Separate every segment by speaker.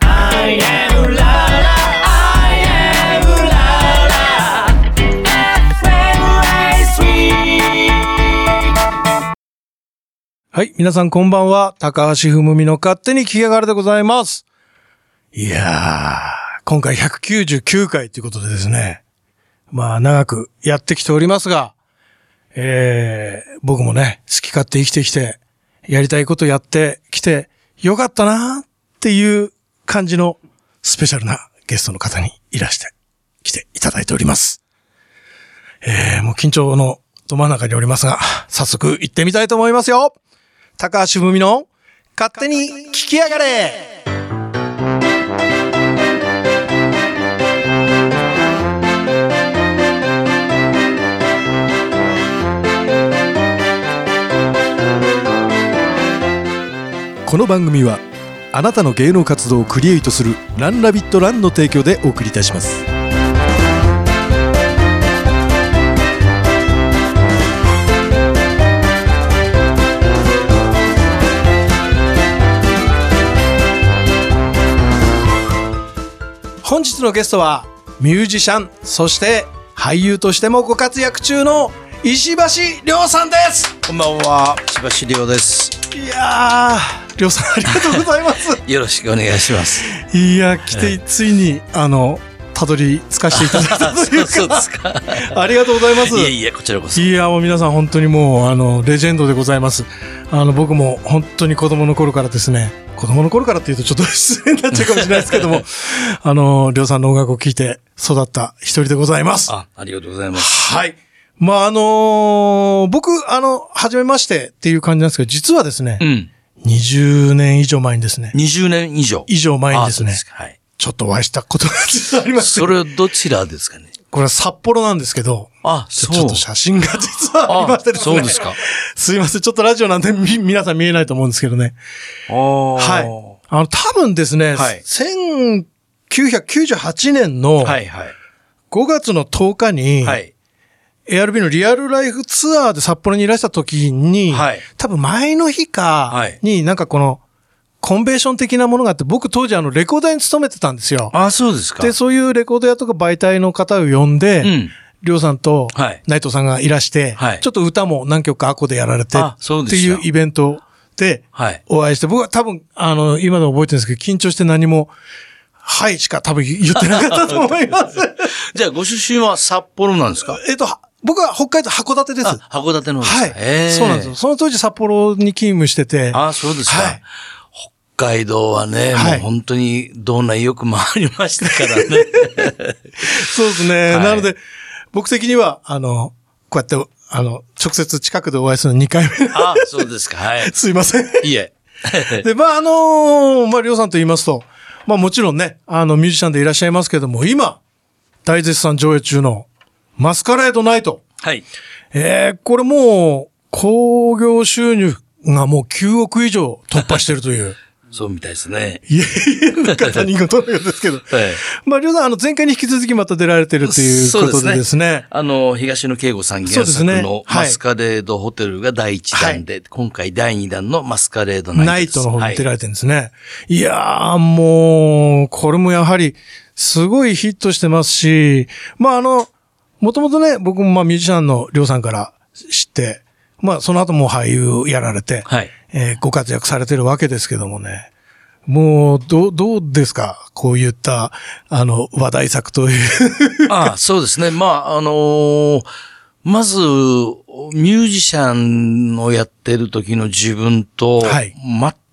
Speaker 1: I am la la, I am la la. FM Ice Week.
Speaker 2: はい、皆さんこんばんは。高橋ふむみの勝手に聞きやがれでございます。いやー、今回199回ということでですね。まあ、長くやってきておりますが、えー、僕もね、好き勝手生きてきて、やりたいことやってきて、よかったなーっていう感じのスペシャルなゲストの方にいらして来ていただいております。えー、もう緊張のど真ん中におりますが、早速行ってみたいと思いますよ高橋文美の勝手に聞きやがれ
Speaker 3: この番組はあなたの芸能活動をクリエイトするランラビットランの提供でお送りいたします
Speaker 2: 本日のゲストはミュージシャンそして俳優としてもご活躍中の石橋亮さんです
Speaker 4: こんばんは、石橋亮です。
Speaker 2: いやー亮さんありがとうございます
Speaker 4: よろしくお願いします。
Speaker 2: いや来てついにあのたどり着かせていただいたという
Speaker 4: そう
Speaker 2: か
Speaker 4: ですか。
Speaker 2: ありがとうございます
Speaker 4: いやいや、こちらこそ。
Speaker 2: いや、もう皆さん本当にもう、あの、レジェンドでございます。あの、僕も本当に子供の頃からですね、子供の頃からっていうとちょっと失礼になっちゃうかもしれないですけど も、あの、りょうさんの音楽を聴いて育った一人でございます。
Speaker 4: あ、ありがとうございます。
Speaker 2: はい。まあ、あのー僕、あの、初めましてっていう感じなんですけど、実はですね、
Speaker 4: うん。
Speaker 2: 20年以上前にですね、
Speaker 4: 20年以上。
Speaker 2: 以上前に
Speaker 4: あ
Speaker 2: です
Speaker 4: そう
Speaker 2: ね、
Speaker 4: かはい。
Speaker 2: ちょっとお会いしたことが実はありまし て、
Speaker 4: それはどちらですかね。
Speaker 2: これは札幌なんですけど、
Speaker 4: あ、
Speaker 2: ち
Speaker 4: そ
Speaker 2: ょ
Speaker 4: う。
Speaker 2: ちょっと写真が実はありましてですね。
Speaker 4: あそうです か。
Speaker 2: すいません。ちょっとラジオなんでみ皆さん見えないと思うんですけどね。はい。あの、多分ですね、
Speaker 4: はい
Speaker 2: 1998年の
Speaker 4: は
Speaker 2: 5
Speaker 4: いはい。
Speaker 2: 月の10日に、
Speaker 4: はい。
Speaker 2: ARB のリアルライフツアーで札幌にいらした時に、
Speaker 4: はい
Speaker 2: 多分前の日か
Speaker 4: はい
Speaker 2: になんかこのコンベンション的なものがあって、僕当時あのレコーダーに勤めてたんですよ。
Speaker 4: あ、そうですか。
Speaker 2: で、そういうレコード屋とか媒体の方を呼んで、
Speaker 4: うん。
Speaker 2: りょうさんと
Speaker 4: はい、
Speaker 2: 内藤さんがいらして、
Speaker 4: はい
Speaker 2: ちょっと歌も何曲かアコでやられて、
Speaker 4: あそう
Speaker 2: っ
Speaker 4: で
Speaker 2: て
Speaker 4: し
Speaker 2: い
Speaker 4: た
Speaker 2: うイベントで
Speaker 4: はい。
Speaker 2: お会いして、僕は多分、あの、今でも覚えてるんですけど、緊張して何も、はいしか多分言ってなかったと思 います。
Speaker 4: じゃあ、ご出身は札幌なんですか
Speaker 2: えっと、は僕は北海道函館です。
Speaker 4: あ、函館の方ですか
Speaker 2: はい、
Speaker 4: へー
Speaker 2: そうなんですよ。その当時札幌に勤務してて、
Speaker 4: あ、そうですか。
Speaker 2: はい
Speaker 4: 北海道はね、
Speaker 2: は
Speaker 4: も
Speaker 2: い
Speaker 4: う本当に道内よく回りましたからね。
Speaker 2: そうですね。
Speaker 4: はい
Speaker 2: なので、僕的には、あの、こうやって、あの、直接近くでお会いするの2回目。
Speaker 4: あ、そうですか。はい。
Speaker 2: すいません。
Speaker 4: いえ。
Speaker 2: で、まあ、あのーまあ、りょうさんと言いますと、まあ、もちろんね、あの、ミュージシャンでいらっしゃいますけれども、今、大絶賛上映中の、マスカレードナイト。
Speaker 4: はい。
Speaker 2: えー、これもう、興行収入がもう9億以上突破してると いう、
Speaker 4: そうみたいですね。
Speaker 2: いえいえ、なんか他人事のようですけ ど。
Speaker 4: はい。
Speaker 2: まあ、りょうさん、あの、前回に引き続きまた出られてるということでですね。
Speaker 4: あの、東野圭吾さん
Speaker 2: そ
Speaker 4: 原
Speaker 2: うです
Speaker 4: 作
Speaker 2: ね
Speaker 4: の
Speaker 2: はい
Speaker 4: マスカレードホテルが第1弾で、今回第2弾のマスカレードナ
Speaker 2: ナ
Speaker 4: イ
Speaker 2: イ
Speaker 4: ト
Speaker 2: ト
Speaker 4: です。
Speaker 2: の方に出ら
Speaker 4: はい
Speaker 2: れてるんですね。い、やー、もう、これもやはり、すごいヒットしてますし、まああの、もともとね、僕もまあミュージシャンのりょうさんから知って、まあその後もう俳優やられて、
Speaker 4: はい
Speaker 2: えーご活躍されてるわけですけどもね。もう、どう、どうですかこういった、あの、話題作と いう。
Speaker 4: ああそうですね。まあ、あのーまず、ミュージシャンをやってる時の自分と
Speaker 2: はい、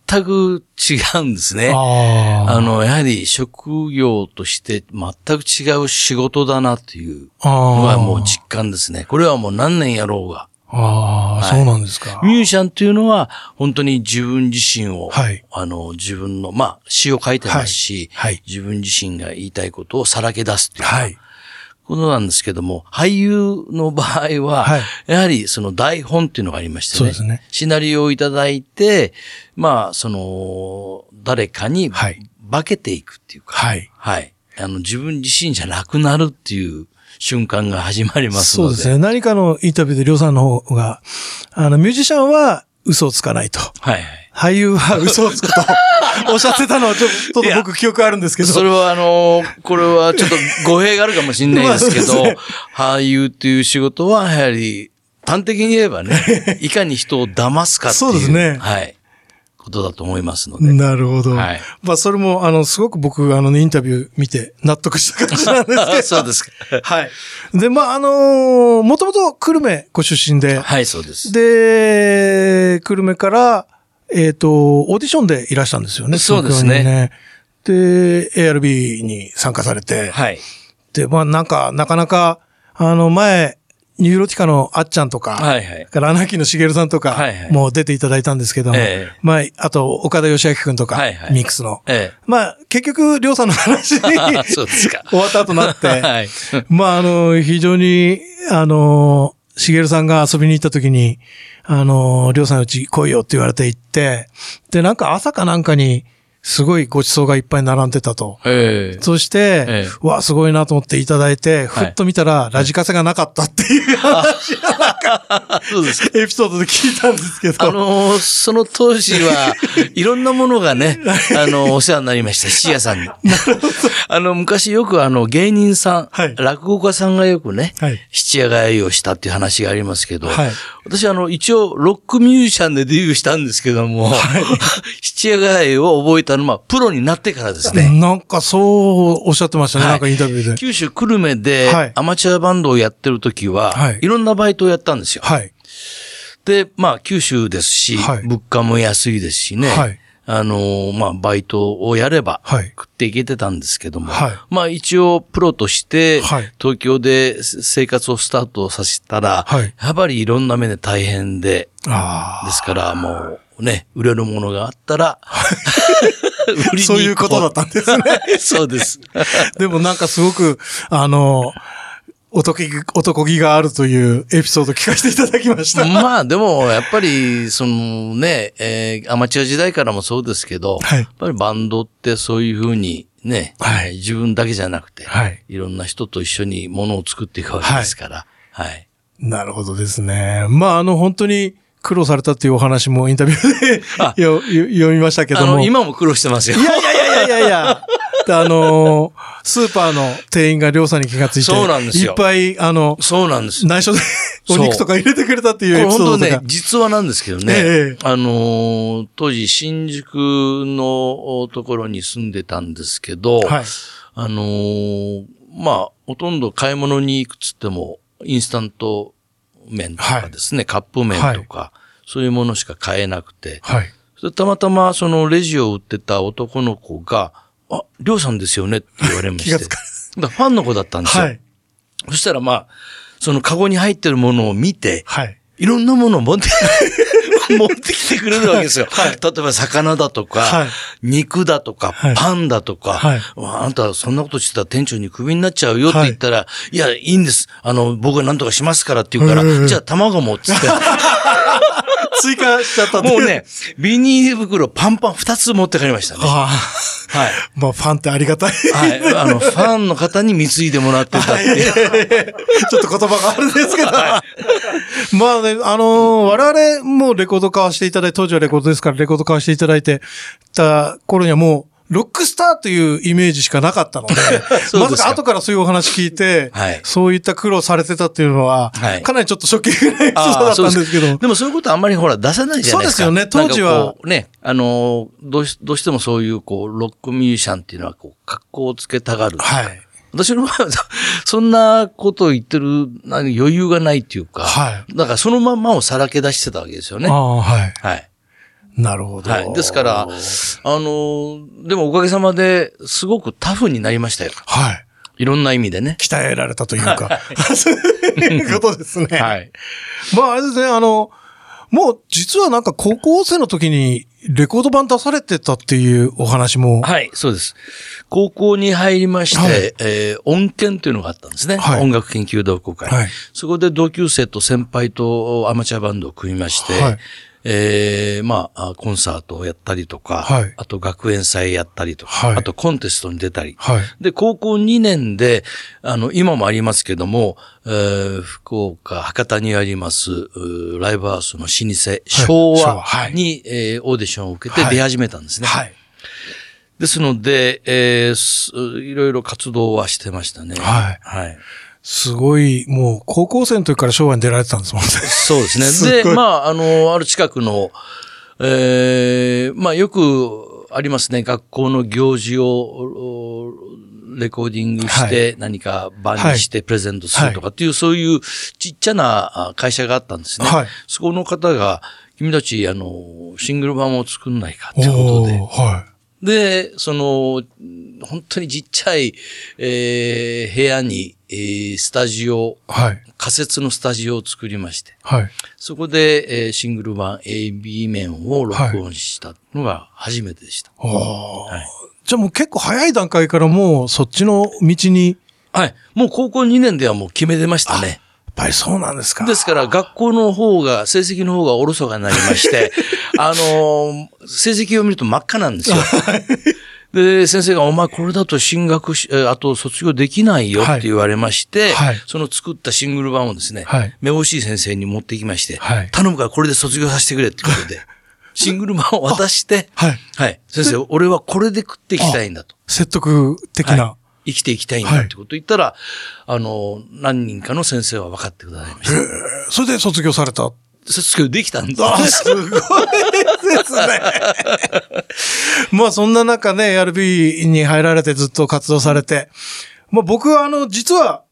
Speaker 4: 全く違うんですね。
Speaker 2: あ
Speaker 4: あの、やはり職業として全く違う仕事だなっていう
Speaker 2: あー。
Speaker 4: のはもう実感ですね。これはもう何年やろうが。
Speaker 2: ああ、そうなんですか。
Speaker 4: ミュージシャンっていうのは、本当に自分自身を、
Speaker 2: はい
Speaker 4: あの、自分の、まあ、詩を書いてますし、
Speaker 2: はいはい
Speaker 4: 自分自身が言いたいことをさらけ出すっていう
Speaker 2: はい。
Speaker 4: ことなんですけども、俳優の場合は、
Speaker 2: はい
Speaker 4: やはりその台本っていうのがありましてね、
Speaker 2: そうですね
Speaker 4: シナリオをいただいて、まあ、その、誰かに
Speaker 2: はい
Speaker 4: 化けていくっていうか、
Speaker 2: はい。
Speaker 4: はい。あの、自分自身じゃなくなるっていう瞬間が始まります
Speaker 2: そ
Speaker 4: の
Speaker 2: う
Speaker 4: で。
Speaker 2: ですね。何かのインタビューでりょうさんの方が、あの、ミュージシャンは嘘をつかないと。
Speaker 4: はいはい。
Speaker 2: 俳優は嘘を つくとおっしゃってたのはちょちょっと僕記憶あるんですけど。
Speaker 4: それはあのーこれはちょっと語弊があるかもしれないですけ
Speaker 2: まあそう
Speaker 4: ど
Speaker 2: ですね、
Speaker 4: 俳優っていう仕事はやはり、端的に言えば ね、いかに人を騙すかっていう。
Speaker 2: そうですね
Speaker 4: はい。ことだと思いますので。
Speaker 2: なるほど。
Speaker 4: はい
Speaker 2: まあ、それも、あの、すごく僕、あの、インタビュー見て納得した感じなんですけ ど。
Speaker 4: そうですか。
Speaker 2: はい。で、まあ、あのー、もともと久留米ご出身で、
Speaker 4: はい、そうです。
Speaker 2: で、久留米から、えっ、と、オーディションでいらしたんですよね。
Speaker 4: そうです
Speaker 2: 東京
Speaker 4: ね
Speaker 2: にね。で、ARB に参加されて、
Speaker 4: はい。
Speaker 2: で、まあ、なんか、なかなか、あの、前、ニューロティカのあっちゃんとか、
Speaker 4: はいはい
Speaker 2: から、アナキのしげるさんとか、
Speaker 4: はいはい
Speaker 2: もう出ていただいたんですけども、
Speaker 4: ええ
Speaker 2: まあ、あと、岡田義明くんとか、
Speaker 4: はいはい
Speaker 2: ミックスの。
Speaker 4: え
Speaker 2: まあ、結局、りょうさんの話に
Speaker 4: え。 そうですか。
Speaker 2: 終わった後になっ て、
Speaker 4: はい。
Speaker 2: まあ、あの、非常に、あの、しげるさんが遊びに行った時に、あの、りょうさんうち来いよって言われて行って、で、なんか朝かなんかに、すごいご馳走がいっぱい並んでたと。
Speaker 4: ええ。
Speaker 2: そして、
Speaker 4: ええ
Speaker 2: うわ、すごいなと思っていただいて、ふ
Speaker 4: はい
Speaker 2: っと見たら、ラジカセがなかったっていう話がなんか
Speaker 4: あ、そうですか。
Speaker 2: エピソードで聞いたんですけど。
Speaker 4: あのーその当時 は、いろんなものがね、あのーお世話になりました、シア さんに。 あの、昔よくあの、芸人さん、
Speaker 2: はい
Speaker 4: 落語家さんがよくね、
Speaker 2: はい
Speaker 4: 七夜帰りをしたっていう話がありますけど、
Speaker 2: はい
Speaker 4: 私あの、一応、ロックミュージシャンでデビューしたんですけども、 七夜帰りを覚えたのは、プロになってからですね。
Speaker 2: なんかそうおっしゃってましたね、
Speaker 4: はい
Speaker 2: なんかインタビューで。
Speaker 4: 九州久留米
Speaker 2: は
Speaker 4: で
Speaker 2: い
Speaker 4: アマチュアバンドをやってる時は、
Speaker 2: はい
Speaker 4: い、ろんなバイトをやったんですよ。
Speaker 2: はい。
Speaker 4: で、まあ九州ですし、
Speaker 2: はい
Speaker 4: 物価も安いですしね、
Speaker 2: はい
Speaker 4: あのーまあバイトをやれば、
Speaker 2: はい。
Speaker 4: 食っていけてたんですけども、
Speaker 2: はい
Speaker 4: まあ一応プロとして
Speaker 2: はい、
Speaker 4: 東京で生活をスタートさせたら、
Speaker 2: はい
Speaker 4: やっぱりいろんな目で大変で、
Speaker 2: あ
Speaker 4: ですからもうね、売れるものがあったら、売りに行こ
Speaker 2: あ。そういうことだったんですね。
Speaker 4: そうです。
Speaker 2: でもなんかすごく、あの、男気、男気があるというエピソード聞かせていただきました。
Speaker 4: まあでも、やっぱり、そのね、えーアマチュア時代からもそうですけど、
Speaker 2: はい
Speaker 4: やっぱりバンドってそういうふうにね、
Speaker 2: はい
Speaker 4: 自分だけじゃなくて、
Speaker 2: はい。
Speaker 4: いろんな人と一緒にものを作っていくわけですから、はい。
Speaker 2: なるほどですね。まあ、あの、本当に苦労されたっていうお話もインタビュー
Speaker 4: あ
Speaker 2: で よよ読みましたけ
Speaker 4: あ
Speaker 2: ども。
Speaker 4: の、今も苦労してますよ
Speaker 2: い。やいやいやいやいやいや。であのースーパーの店員がりょうさんに気がついて。
Speaker 4: そうなんですよ
Speaker 2: いっぱい、あの、
Speaker 4: そうなんです。
Speaker 2: 内緒でお
Speaker 4: そう
Speaker 2: 肉とか入れてくれたってい
Speaker 4: こ
Speaker 2: うエ
Speaker 4: れ
Speaker 2: ピ
Speaker 4: 本
Speaker 2: ソード
Speaker 4: 当
Speaker 2: と
Speaker 4: ね
Speaker 2: か、。
Speaker 4: 実話なんですけどね、
Speaker 2: ええ
Speaker 4: あのー当時新宿のところに住んでたんですけど、
Speaker 2: はい。
Speaker 4: あのーまあ、ほとんど買い物に行くっつっても、インスタント麺とかですね、カップ麺とか、そういうものしか買えなくて、
Speaker 2: はい。
Speaker 4: それたまたまそのレジを売ってた男の子が、あ、りょうさんですよねって言われまして。
Speaker 2: 気がつか
Speaker 4: だからファンの子だったんですよ。
Speaker 2: はい。
Speaker 4: そしたらまあ、そのカゴに入ってるものを見て、
Speaker 2: はい。
Speaker 4: いろんなものを持って、 持ってきてくれるわけですよ。例えば魚だとか、
Speaker 2: はい
Speaker 4: 肉だとか、
Speaker 2: はい
Speaker 4: パンだとか、
Speaker 2: はい
Speaker 4: あんたそんなことしてたら店長にクビになっちゃうよって言ったら、い、や、いいんです。あの、僕は何とかしますからって言うから、
Speaker 2: うんうんうん
Speaker 4: じゃあ卵もっつって。
Speaker 2: 追加しちゃったってい
Speaker 4: もう。ね、ビニール袋パンパン2つ持って帰りましたね。
Speaker 2: あ
Speaker 4: はい。
Speaker 2: あ。 まあ、ファンってありがたい。
Speaker 4: はい。あの、ファンの方に貢いでもらってたっていう。
Speaker 2: ちょっと言葉があるんですけど。 まあね、あのー我々もうレコード買わしていただいて、当時はレコードですからレコード買わしていただいてた頃にはもう、ロックスターというイメージしかなかったので、
Speaker 4: そう
Speaker 2: ま
Speaker 4: です
Speaker 2: さ
Speaker 4: か
Speaker 2: か後からそういうお話聞いて、
Speaker 4: はい
Speaker 2: そういった苦労されてたっていうのは、
Speaker 4: はい
Speaker 2: かなりちょっとショッキング なエピソード
Speaker 4: あ
Speaker 2: だ
Speaker 4: あ
Speaker 2: ったんですけ
Speaker 4: そう
Speaker 2: ど、
Speaker 4: でもそういうことあんまりほら出さないじゃないですか。
Speaker 2: そうですよね当時は
Speaker 4: なんかこうね、あのー、どうし、どうしてもそういうこう、ロックミュージシャンっていうのはこう、格好をつけたがる。
Speaker 2: はい。
Speaker 4: 私の場合は、そそんなことを言ってるなんか余裕がないっていうか、
Speaker 2: は
Speaker 4: だからそのまんまをさらけ出してたわけですよね。
Speaker 2: あ
Speaker 4: は
Speaker 2: あ、はい。
Speaker 4: い。
Speaker 2: なるほど。
Speaker 4: はい。ですから、あのー、でもおかげさまで、すごくタフになりましたよ。
Speaker 2: はい。
Speaker 4: いろんな意味でね。
Speaker 2: 鍛えられたというか、 そういうことですね。
Speaker 4: はい。
Speaker 2: まああれですね、あの、もう実はなんか高校生の時にレコード版出されてたっていうお話も。
Speaker 4: はい、そうです。高校に入りまして、
Speaker 2: はい
Speaker 4: えー音研というのがあったんですね。
Speaker 2: はい
Speaker 4: 音楽研究同好会、
Speaker 2: はい
Speaker 4: そこで同級生と先輩とアマチュアバンドを組みまして、
Speaker 2: はい
Speaker 4: えー、まあ、コンサートをやったりとか、
Speaker 2: はい
Speaker 4: あと学園祭やったりとか、
Speaker 2: はい
Speaker 4: あとコンテストに出たり。
Speaker 2: はい。
Speaker 4: で、高校2年で、あの、今もありますけども、えー福岡、博多にあります、うーライブハウスの老舗、
Speaker 2: 昭
Speaker 4: 昭
Speaker 2: 和
Speaker 4: 和
Speaker 2: はい
Speaker 4: に、えーオーディションを受けて出始めたんですね。
Speaker 2: はい。
Speaker 4: ですので、えーすいろいろ活動はしてましたね。
Speaker 2: はい
Speaker 4: はい。
Speaker 2: すごい、もう高校生の時から昭和に出られてたんですもんね。
Speaker 4: そう ですね。
Speaker 2: すごい
Speaker 4: で、まあ、あの、ある近くの、ええまあ、よくありますね。学校の行事を、おレコーディングして、何か版にしてプレゼントするとかっていう、そういうちっちゃなあ会社があったんですね。
Speaker 2: はい
Speaker 4: そこの方が、君たち、あの、シングル版を作んないかってこと
Speaker 2: お
Speaker 4: で
Speaker 2: ー、は
Speaker 4: で、その、本当にちっちゃい、えー部屋に、えースタジオ、
Speaker 2: い。はい。
Speaker 4: 仮設のスタジオを作りまして、
Speaker 2: はい。
Speaker 4: そこで、えーシングル版 AB 面を録音したのが初めてでした。
Speaker 2: おー
Speaker 4: はい
Speaker 2: じゃあもう結構早い段階からもうそっちの道に、や
Speaker 4: はい。もう高校2年ではもう決めてましたね。
Speaker 2: っぱりそうなんですか。
Speaker 4: ですから学校の方が、成績の方がおろそかになりま して、あのー成績を見ると真っ赤なんですよ。で、先生が、お前これだと進学し、えあと卒業できないよって言われまして、
Speaker 2: はいはい
Speaker 4: その作ったシングル版をですね、
Speaker 2: はい
Speaker 4: めぼしい先生に持ってきまして、
Speaker 2: はい
Speaker 4: 頼むからこれで卒業させてくれってことで、シングル版を渡して、
Speaker 2: はい。
Speaker 4: はい。先生、俺はこれで食っていきたいんだと。
Speaker 2: 説得的な
Speaker 4: は。い生きていきたいんだってことを言ったら、あの、何人かの先生は分かってくださいました。
Speaker 2: それで卒業された。
Speaker 4: 卒業できたん です。
Speaker 2: すごいですね。 まあそんな中ね、RB に入られてずっと活動されて。まあ僕はあの、実は、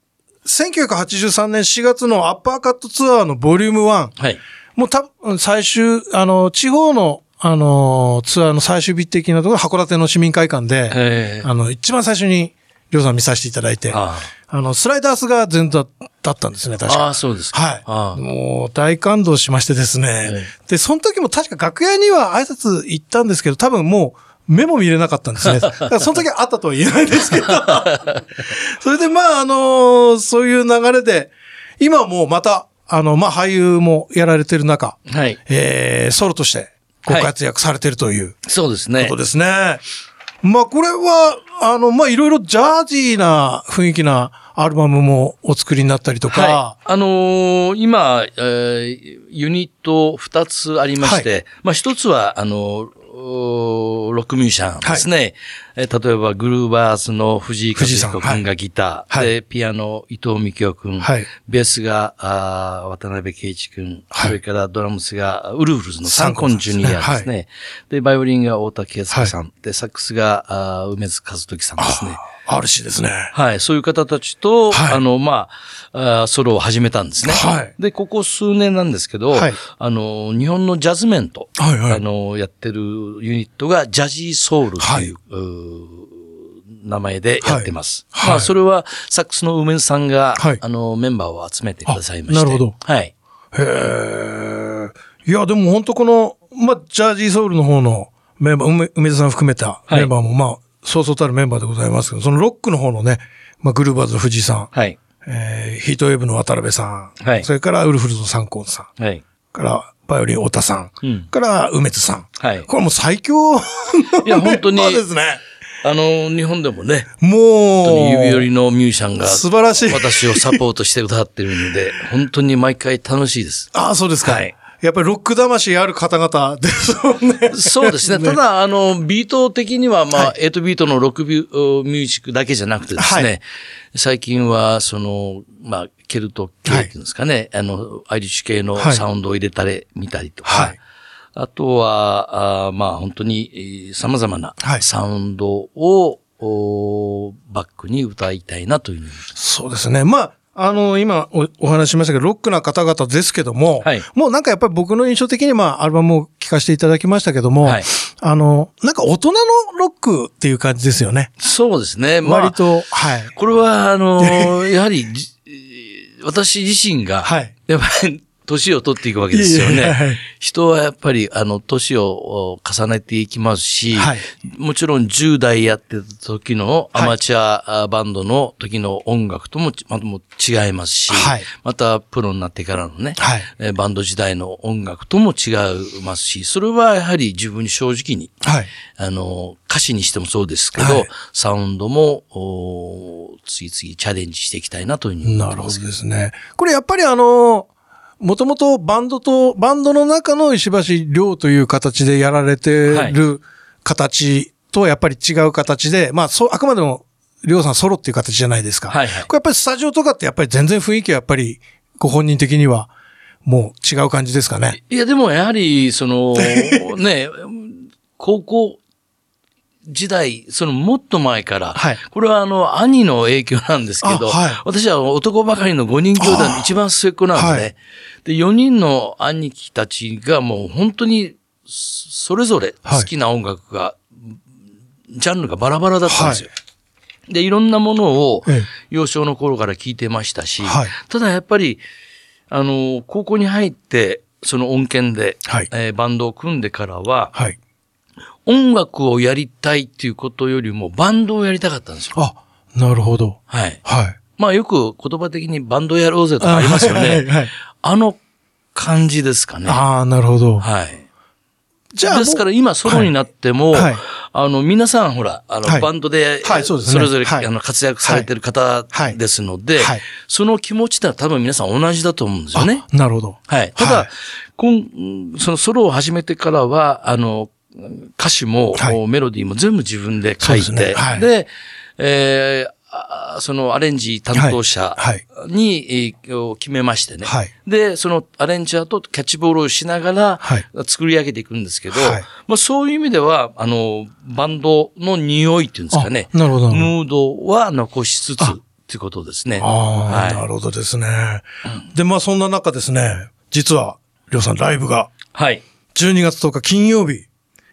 Speaker 2: 1983年4月のアッパーカットツアーのボリューム1。
Speaker 4: はい。
Speaker 2: もうた、最終、あの、地方の、あの、ツアーの最終日的なところ、函館の市民会館で、
Speaker 4: えー
Speaker 2: あの、一番最初に、りょうさん見させていただいて、あ
Speaker 4: あ
Speaker 2: の、スライダースが前座だったんですね、
Speaker 4: あ
Speaker 2: 確か。
Speaker 4: ああ、そうですか。
Speaker 2: はい。
Speaker 4: ああ
Speaker 2: もう大感動しましてですね。
Speaker 4: え
Speaker 2: で、その時も確か楽屋には挨拶行ったんですけど、多分もう目も見れなかったんで すね。だからその時あったとは言えないですけど。 それでまあ、あのーそういう流れで、今もうまた、あの、まあ俳優もやられてる中、
Speaker 4: はい。
Speaker 2: えー、ソロとしてご活躍されてるという
Speaker 4: そうです
Speaker 2: こ
Speaker 4: ね
Speaker 2: と。ですね。まあこれは、あの、まあいろいろジャージーな雰囲気なアルバムもお作りになったりとか、
Speaker 4: はい。あのー今、えーユニット2つありまして、まあ1つは、あのーおーロックミュージシャンですね。えー例えば、グルーバースの藤井和彦
Speaker 2: 藤井さん
Speaker 4: 君がギター、
Speaker 2: はい
Speaker 4: で、ピアノ伊藤美京君、
Speaker 2: はい
Speaker 4: ベースがあー渡辺圭一君、
Speaker 2: はい
Speaker 4: それからドラムスがウルフルズのサンコンジュニアですね。
Speaker 2: サンコンさんですね
Speaker 4: で、バイオリンが太田圭介さん、で、サックスがあー梅津和時さんですね。
Speaker 2: RC ですね。
Speaker 4: はい、そういう方たちと、
Speaker 2: はい
Speaker 4: あの、まああー、ソロを始めたんですね。
Speaker 2: はい
Speaker 4: で、ここ数年なんですけど、
Speaker 2: はい
Speaker 4: あの、日本のジャズメンと、
Speaker 2: はいはい
Speaker 4: あの、やってるユニットが、ジャジーソウルという、うー名前でやってます。
Speaker 2: はい
Speaker 4: ま
Speaker 2: はい
Speaker 4: あ、それは、サックスの梅津さんが、
Speaker 2: はい
Speaker 4: あの、メンバーを集めてくださいまして。
Speaker 2: あなるほど
Speaker 4: はい。
Speaker 2: へえ。いや、でも本当この、まあ、ジャージーソウルの方のメンバー、梅梅田さん含めた
Speaker 4: はい
Speaker 2: メンバーも、まあ、そうそうたるメンバーでございますけど、そのロックの方のね、まあ、グルーバーズの藤井さん、
Speaker 4: はい。
Speaker 2: えー、ヒートウェーブの渡辺さん、
Speaker 4: はい
Speaker 2: それからウルフルズの三光さん、
Speaker 4: はい。
Speaker 2: から、バイオリン太田さん、
Speaker 4: うん
Speaker 2: から梅津さん。
Speaker 4: はい
Speaker 2: これもう最強の
Speaker 4: いや本当に
Speaker 2: メンバーですね。
Speaker 4: あの、日本でもね、本当に指
Speaker 2: も
Speaker 4: 折り
Speaker 2: う、
Speaker 4: のミュージシャンが、
Speaker 2: 素晴らしい。
Speaker 4: 私をサポートしてくださってるので、本当に毎回楽しいです。
Speaker 2: ああ、そうですか。
Speaker 4: はい
Speaker 2: やっぱりロック魂ある方々ですよね。
Speaker 4: そうですね。ただ、あの、ビート的には、まあ、8ビートのロックビューミュージックだけじゃなくてですね、
Speaker 2: は
Speaker 4: 最近は、その、まあ、ケルト系っていうんですかね、あの、アイリッシュ系の
Speaker 2: はい
Speaker 4: サウンドを入れたり、見たりとか、
Speaker 2: はい
Speaker 4: あとは、あーまあ、本当に、えー様々な
Speaker 2: はい
Speaker 4: サウンドを、おーバックに歌いたいなというふうに
Speaker 2: そうですね。まあ、あの、今おお話ししましたけど、ロックな方々ですけども、
Speaker 4: はい
Speaker 2: もうなんかやっぱり僕の印象的に、まあ、アルバムを聴かせていただきましたけども、
Speaker 4: はい
Speaker 2: あの、なんか大人のロックっていう感じですよね。
Speaker 4: そうですね。まあ
Speaker 2: 割と、はい。
Speaker 4: これは、あのーやはりじ、私自身が、
Speaker 2: はい
Speaker 4: やっぱり、年を取っていくわけですよ
Speaker 2: いえいえは
Speaker 4: ね
Speaker 2: い。
Speaker 4: 人はやっぱり、あの、年を重ねていきますし、
Speaker 2: はい
Speaker 4: もちろん10代やってた時のアマチュアあバンドの時の音楽ともちまたもう違いますし、
Speaker 2: はい
Speaker 4: またプロになってからのね、
Speaker 2: はい
Speaker 4: えーバンド時代の音楽とも違いますし、それはやはり自分に正直に、
Speaker 2: はい。
Speaker 4: あの、歌詞にしてもそうですけど、
Speaker 2: はい
Speaker 4: サウンドも、おー次々チャレンジしていきたいなというふうに思
Speaker 2: な
Speaker 4: って
Speaker 2: る
Speaker 4: ま
Speaker 2: ほど
Speaker 4: す。
Speaker 2: ですね。これやっぱりあの、もともとバンドと、バンドの中の石橋亮という形でやられ
Speaker 4: は
Speaker 2: て
Speaker 4: い
Speaker 2: る形とはやっぱり違う形で、まあそう、あくまでも亮さんソロっていう形じゃないですか。
Speaker 4: はいはい
Speaker 2: これやっぱりスタジオとかってやっぱり全然雰囲気はやっぱりご本人的にはもう違う感じですかね。
Speaker 4: いや、でもやはり、そ の、ね、高校時代、そのもっと前から、
Speaker 2: はい
Speaker 4: これはあの、兄の影響なんですけど、
Speaker 2: あはい
Speaker 4: 私は男ばかりの5人兄弟の一番末っ子なんで、ね
Speaker 2: あーはい
Speaker 4: で、4人の兄貴たちがもう本当に、それぞれ好きな音楽が、ジャンルがバラバラだったんですよ。で、いろんなものを
Speaker 2: ええ
Speaker 4: 幼少の頃から聞いてましたし、
Speaker 2: はい
Speaker 4: ただやっぱり、あの、高校に入って、その音源で、
Speaker 2: はい
Speaker 4: えーバンドを組んでからは、
Speaker 2: はい。
Speaker 4: 音楽をやりたいっていうことよりも、バンドをやりたかったんですよ。
Speaker 2: あ、なるほど。
Speaker 4: はい。
Speaker 2: はい。
Speaker 4: まあよく言葉的にバンドやろうぜとかありますよね。あ,、
Speaker 2: はいはいはい
Speaker 4: の感じですかね。は
Speaker 2: ああ、なるほ
Speaker 4: い。
Speaker 2: ど。じゃあもう
Speaker 4: ですから今ソロになっても、
Speaker 2: はいはい
Speaker 4: あの、皆さんほら、あの、
Speaker 2: はい
Speaker 4: バンドで、
Speaker 2: はいそうですね
Speaker 4: それぞれ、
Speaker 2: はい
Speaker 4: あの活躍されてる方
Speaker 2: はい
Speaker 4: ですので、
Speaker 2: はい
Speaker 4: その気持ちってのは多分皆さん同じだと思うんですよね。
Speaker 2: あなるほど。
Speaker 4: はい。ただ、
Speaker 2: はい
Speaker 4: こんそのソロを始めてからは、あの、歌詞も、
Speaker 2: はい
Speaker 4: メロディーも全部自分で書いて、
Speaker 2: そう
Speaker 4: で,、
Speaker 2: ですねはい
Speaker 4: えーあそのアレンジ担当者
Speaker 2: はい
Speaker 4: に、えーを決めましてね、
Speaker 2: はい
Speaker 4: で、そのアレンジャーとキャッチボールをしながら、
Speaker 2: はい
Speaker 4: 作り上げていくんですけど、
Speaker 2: はい
Speaker 4: まあ、そういう意味では、あの、バンドの匂いっていうんですかね。
Speaker 2: あなるほどなるほど
Speaker 4: ムードは残しつつ、ということですね。
Speaker 2: ああ、
Speaker 4: は。
Speaker 2: ないるほどですね。で、まあそんな中ですね、実は、りょうさんライブが、
Speaker 4: はい。
Speaker 2: 12月10日金曜日、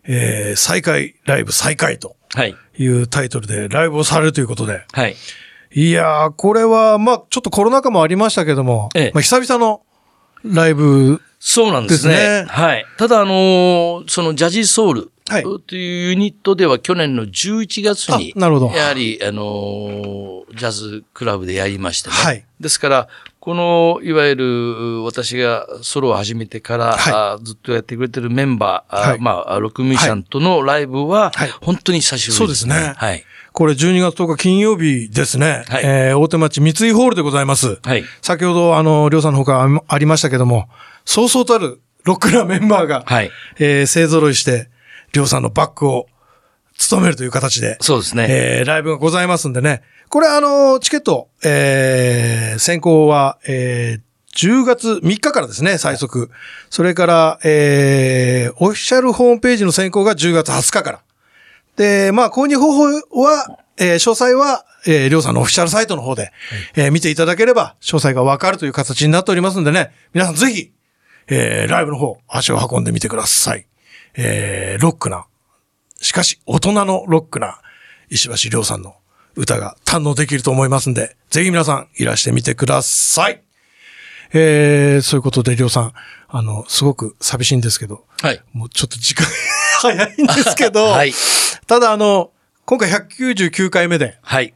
Speaker 2: えー、再開、ライブ再開と
Speaker 4: はい。
Speaker 2: いうタイトルでライブをされるということで。
Speaker 4: はい。
Speaker 2: いやー、これは、まあちょっとコロナ禍もありましたけども、
Speaker 4: ええ
Speaker 2: まあ久々のライブ、
Speaker 4: そうなんです
Speaker 2: で
Speaker 4: ね。
Speaker 2: すね
Speaker 4: はい。ただ、あのーそのジャジーソウル
Speaker 2: はい
Speaker 4: というユニットでは去年の11月に、
Speaker 2: あなるほど
Speaker 4: やはり、あのージャズクラブでやりましてね。
Speaker 2: はい
Speaker 4: ですから、この、いわゆる、私がソロを始めてから、
Speaker 2: は
Speaker 4: あずっとやってくれてるメンバー、あ
Speaker 2: はい
Speaker 4: まあ、6ミュージシャンとのライブは、
Speaker 2: はい
Speaker 4: 本当に久しぶりですね。
Speaker 2: そうですね
Speaker 4: はい。
Speaker 2: これ12月10日金曜日ですね、
Speaker 4: はい
Speaker 2: えー、大手町三井ホールでございます。
Speaker 4: はい
Speaker 2: 先ほど、あの、りょうさんの他あありましたけども、そうそうたるロックなメンバーが、
Speaker 4: はい
Speaker 2: えー勢揃いして、りょうさんのバックを務めるという形で、
Speaker 4: そうですね。
Speaker 2: えーライブがございますんでね。これあの、チケット、えー先行は、えー10月3日からですね、最速。それから、えーオフィシャルホームページの先行が10月20日から。で、まあ、購入方法は、えー詳細は、えー、りょうさんのオフィシャルサイトの方で、えー見ていただければ、詳細がわかるという形になっておりますんでね、皆さんぜひ、えーライブの方、足を運んでみてください。えーロックな、しかし、大人のロックな、石橋亮さんの歌が堪能できると思いますんで、ぜひ皆さんいらしてみてください。えー、そういうことで、亮さん、あの、すごく寂しいんですけど、
Speaker 4: はい。
Speaker 2: もうちょっと時間 早いんですけど、
Speaker 4: はい。
Speaker 2: ただあの、今回199回目で、
Speaker 4: はい。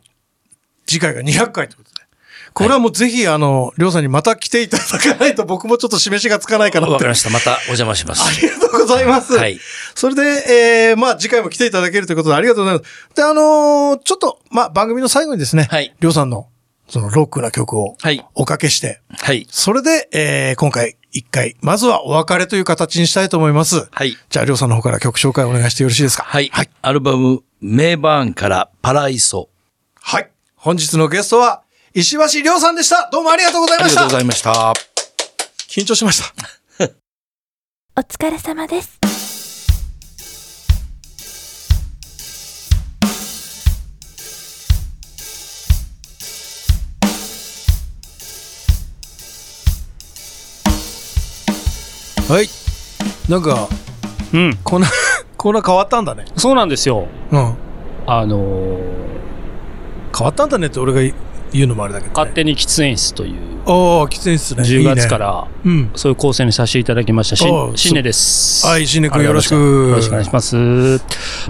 Speaker 2: 次回が200回ということで、これはもうぜひ、あの、りょうさんにまた来ていただかないと僕もちょっと示しがつかないかなって。
Speaker 4: わかりました。またお邪魔します。
Speaker 2: ありがとうございます。
Speaker 4: はい
Speaker 2: それで、えー、まあ次回も来ていただけるということでありがとうございます。で、あのーちょっと、まあ番組の最後にですね、
Speaker 4: はい
Speaker 2: りょうさんの、そのロックな曲を
Speaker 4: はい、
Speaker 2: おかけして、
Speaker 4: はい。
Speaker 2: それで、えー、今回一回、まずはお別れという形にしたいと思います。
Speaker 4: はい
Speaker 2: じゃあ、りょうさんの方から曲紹介お願いしてよろしいですか
Speaker 4: はい。
Speaker 2: はい。
Speaker 4: アルバム、メイバーンからパライソ。
Speaker 2: はい。本日のゲストは、石橋りょうさんでした。どうもありがとうござい
Speaker 4: あ
Speaker 2: ま
Speaker 4: り
Speaker 2: し
Speaker 4: がとう
Speaker 2: た
Speaker 4: ご。ざいました。
Speaker 2: 緊張しました。
Speaker 5: お疲れ様です。
Speaker 2: はい。なんか、
Speaker 6: うん、
Speaker 2: こんな、 こんな変わったんだね。
Speaker 6: そうなんですよ。
Speaker 2: うん。
Speaker 6: あのー
Speaker 2: 変わったんだねって俺が言うのもあれだけど、
Speaker 6: 勝
Speaker 2: ね。
Speaker 6: 手に喫煙室という、
Speaker 2: ああ、喫煙室ね。。
Speaker 6: 10月からら、
Speaker 2: うん。
Speaker 6: そういう構成にさせていただきました。し
Speaker 2: おう、
Speaker 6: 新根です。
Speaker 2: はい、しんねくんよろしく。
Speaker 6: よろしくお願いします。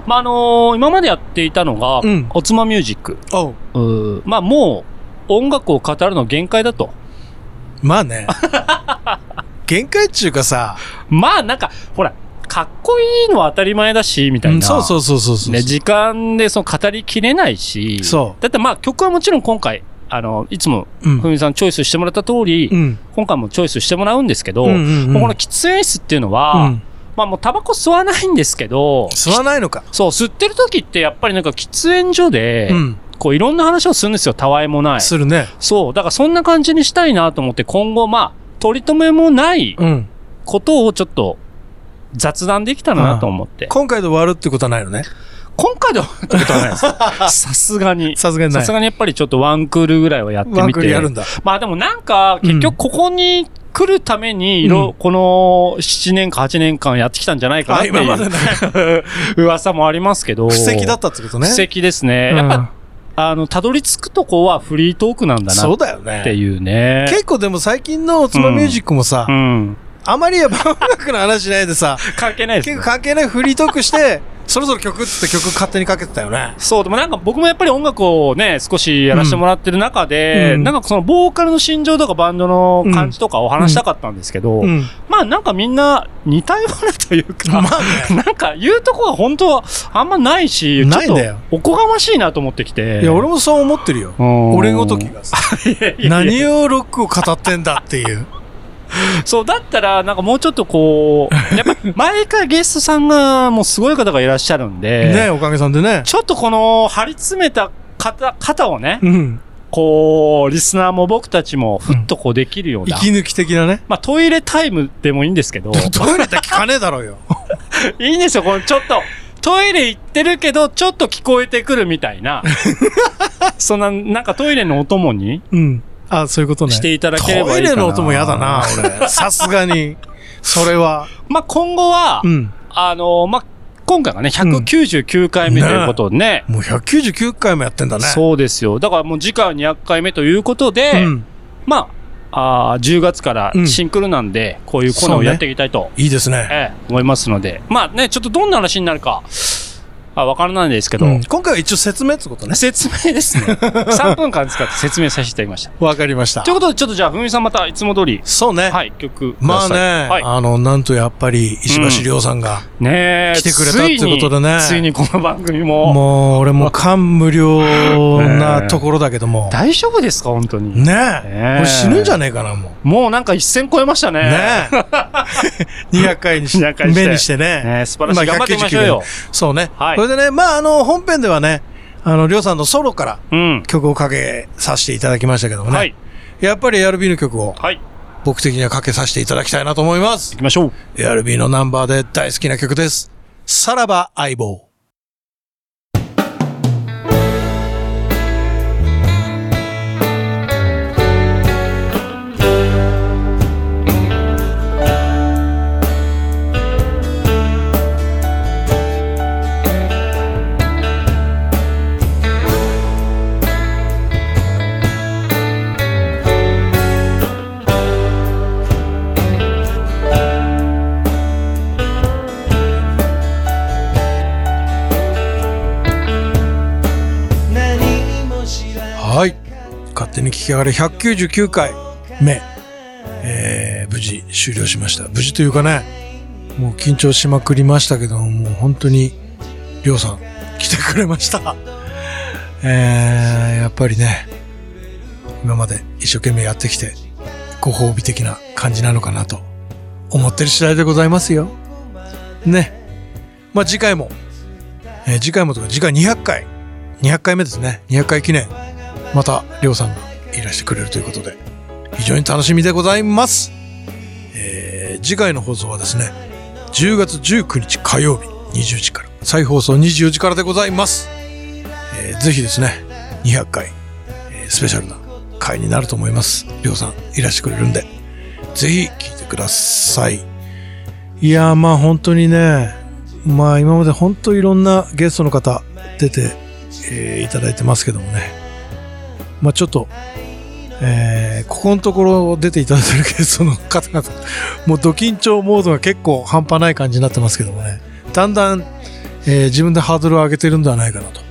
Speaker 6: まあ、あのー今までやっていたのが、
Speaker 2: うん
Speaker 6: おつまミュージック。
Speaker 2: おう
Speaker 6: うーまあ、もう、音楽を語るの限界だと。
Speaker 2: まあね。 限界っていうかさ、
Speaker 6: まあ、なんか、ほら、かっこいいのは当たり前だし、みたいな。
Speaker 2: うんそうそうそうそうそう。
Speaker 6: ね、時間でその語りきれないし。
Speaker 2: そう
Speaker 6: だってまあ、曲はもちろん今回、あの、いつも、
Speaker 2: うん
Speaker 6: ふみさんチョイスしてもらった通り、
Speaker 2: うん。
Speaker 6: 今回もチョイスしてもらうんですけど、
Speaker 2: うんうんうん
Speaker 6: もうこの喫煙室っていうのは、
Speaker 2: うん
Speaker 6: まあもうタバコ吸わないんですけど、
Speaker 2: 吸わないのか。
Speaker 6: そう、吸ってる時ってやっぱりなんか喫煙所で、
Speaker 2: うん。
Speaker 6: こういろんな話をするんですよ、たわいもない。
Speaker 2: するね。
Speaker 6: そう、だからそんな感じにしたいなと思って今後まあ、取り留めもない
Speaker 2: うん。
Speaker 6: ことをちょっと雑談できたらなと思って。こ
Speaker 2: 今回で終わるってことはないのね。
Speaker 6: 今回ではってことはない です。さすがに。
Speaker 2: さすがにな
Speaker 6: さ
Speaker 2: い
Speaker 6: す。がにやっぱりちょっとワンクールぐらいはやってみて。
Speaker 2: ワンクールやるんだ。
Speaker 6: まあでもなんか、結局ここに来るために、いろ、
Speaker 2: うん
Speaker 6: この7年か8年間やってきたんじゃないかなっ
Speaker 2: あ、
Speaker 6: て
Speaker 2: 今まで
Speaker 6: い
Speaker 2: の
Speaker 6: う 噂もありますけど。
Speaker 2: 布石だったってことね。
Speaker 6: 布石ですね。やっぱ、あの、たどり着くとこはフリートークなん
Speaker 2: うん
Speaker 6: だな
Speaker 2: そう
Speaker 6: っ
Speaker 2: だよ
Speaker 6: て
Speaker 2: ね。
Speaker 6: いうね。
Speaker 2: 結構でも最近のおつまみミュージックもさ、
Speaker 6: うん。
Speaker 2: あまりやっぱ音楽の話しないでさ、
Speaker 6: 関係ないです、
Speaker 2: 結
Speaker 6: ね
Speaker 2: 構。関係ないフリートークして、そろそろ曲っつって曲勝手にかけてたよね。
Speaker 6: そう、でもなんか僕もやっぱり音楽をね、少しやらせてもらってる中で、
Speaker 2: うん
Speaker 6: なんかそのボーカルの心情とかバンドの感じとかを話したかったんですけど、
Speaker 2: ん。
Speaker 6: まあなんかみんな似たようなというか、
Speaker 2: まあね。
Speaker 6: なんか言うとこは本当はあんまないし、
Speaker 2: ないんだ
Speaker 6: ちょ
Speaker 2: よ
Speaker 6: っとおこがましいなと思ってきて。
Speaker 2: いや、俺もそう思ってるよ。
Speaker 6: も
Speaker 2: 俺ごと きがさ、
Speaker 6: 何
Speaker 2: 何をロックを語ってんだって いう。
Speaker 6: そう、だったら、なんかもうちょっと こう、やっぱ毎回ゲストさんがもうすごい方がいらっしゃるんで、
Speaker 2: ねおかげさんでね。
Speaker 6: ちょっとこの張り詰めた方、方をね、
Speaker 2: うん。
Speaker 6: こう、リスナーも僕たちもふっとこうできるような。
Speaker 2: 息抜き的なね。
Speaker 6: まあトイレタイムでもいいんですけ ど、
Speaker 2: トイレって聞かねえだろうよ。
Speaker 6: いいんですよ、このちょっと。トイレ行ってるけど、ちょっと聞こえてくるみたい な。そんな、なんかトイレのお供に
Speaker 2: うん。あ、そういうことね。
Speaker 6: していただければ
Speaker 2: ト
Speaker 6: い
Speaker 2: イ
Speaker 6: いかな。
Speaker 2: レの音も嫌だな、俺。さすがに。それは。
Speaker 6: まあ、今後は、
Speaker 2: うん。
Speaker 6: あの、まあ、今回がね、199回目ということでね。
Speaker 2: もう199回もやってんだね。
Speaker 6: そうですよ。だからもう次回は200回目ということで、
Speaker 2: うん。
Speaker 6: まあ、あー10月から
Speaker 2: うん
Speaker 6: シンクルなんで、こういうコーナー
Speaker 2: そう
Speaker 6: を
Speaker 2: ね
Speaker 6: やっていきたいと、
Speaker 2: いいですね。
Speaker 6: ええ思いますので。まあね、ちょっとどんな話になるか、あわからないですけど、
Speaker 2: うん今回は一応説明ってことね。
Speaker 6: 説明です ね。3分間使って説明させていただきました。
Speaker 2: わかりました
Speaker 6: という。ことで、ちょっとじゃあ、ふみさんまたいつも通り、
Speaker 2: そうね。
Speaker 6: はい、曲くだ
Speaker 2: まあ
Speaker 6: さい。
Speaker 2: ね、
Speaker 6: はい。
Speaker 2: あの、なんとやっぱり石橋亮さんが、
Speaker 6: ねえ
Speaker 2: 来てくれたってことでね
Speaker 6: ついについにこの番組も。
Speaker 2: もう俺も感無量なところだけど も、
Speaker 6: 大丈夫ですか本当に。
Speaker 2: ね
Speaker 6: ね
Speaker 2: え、俺死ぬんじゃねえかな、もう。
Speaker 6: もうなんか一線超えましたね。
Speaker 2: ねえ。200回に し
Speaker 6: 200回して
Speaker 2: 目にしてね。
Speaker 6: ねえ素晴らしい
Speaker 2: 今
Speaker 6: 頑張っていきましょうよ
Speaker 2: 199そうね。
Speaker 6: はい
Speaker 2: それでね、まあ、あの、本編ではね、あの、りょうさんのソロから
Speaker 6: うん。
Speaker 2: 曲をかけさせていただきましたけどもね。
Speaker 6: はい。
Speaker 2: やっぱり ARB の曲を
Speaker 6: はい。
Speaker 2: 僕的にはかけさせていただきたいなと思います
Speaker 6: 行。きましょう。
Speaker 2: ARB のナンバーで大好きな曲です。さらば相棒。はい。勝手に聞き上がれ199回目、えー、無事終了しました。無事というかね、もう緊張しまくりましたけども、もう本当に、りょうさん、来てくれました。 えー、やっぱりね、今まで一生懸命やってきて、ご褒美的な感じなのかなと思ってる次第でございますよ。ね。まあ、次回も、えー次回もというか次回200回、200回目ですね。200回記念。またりょうさんがいらしてくれるということで非常に楽しみでございます、えー次回の放送はですね10月19日火曜日20時から再放送24時からでございます、えーぜひですね200回、えースペシャルな回になると思いますりょうさんいらしてくれるんでぜひ聞いてくださいいやーまあ本当にねまあ今まで本当いろんなゲストの方出て、えーいただいてますけどもねまあちょっと、えーここのところ出ていただいてる ゲストの方々、もうド緊張モードが結構半端ない感じになってますけどもね、だんだん、えー自分でハードルを上げてるんではないかなと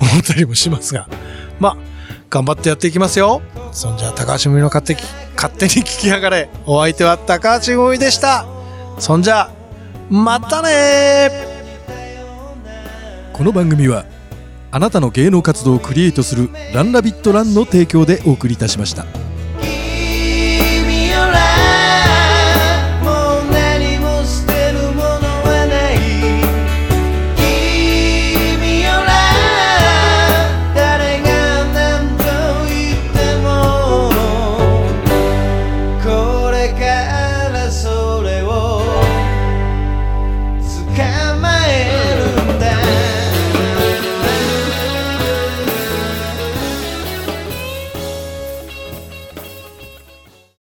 Speaker 2: 思ったりもしますが、まあ頑張ってやっていきますよ。そんじゃ、高橋文の勝手に勝手に聞きやがれ。お相手は高橋文でした。そんじゃ、またねー
Speaker 3: この番組はあなたの芸能活動をクリエイトするランラビットランの提供でお送りいたしました。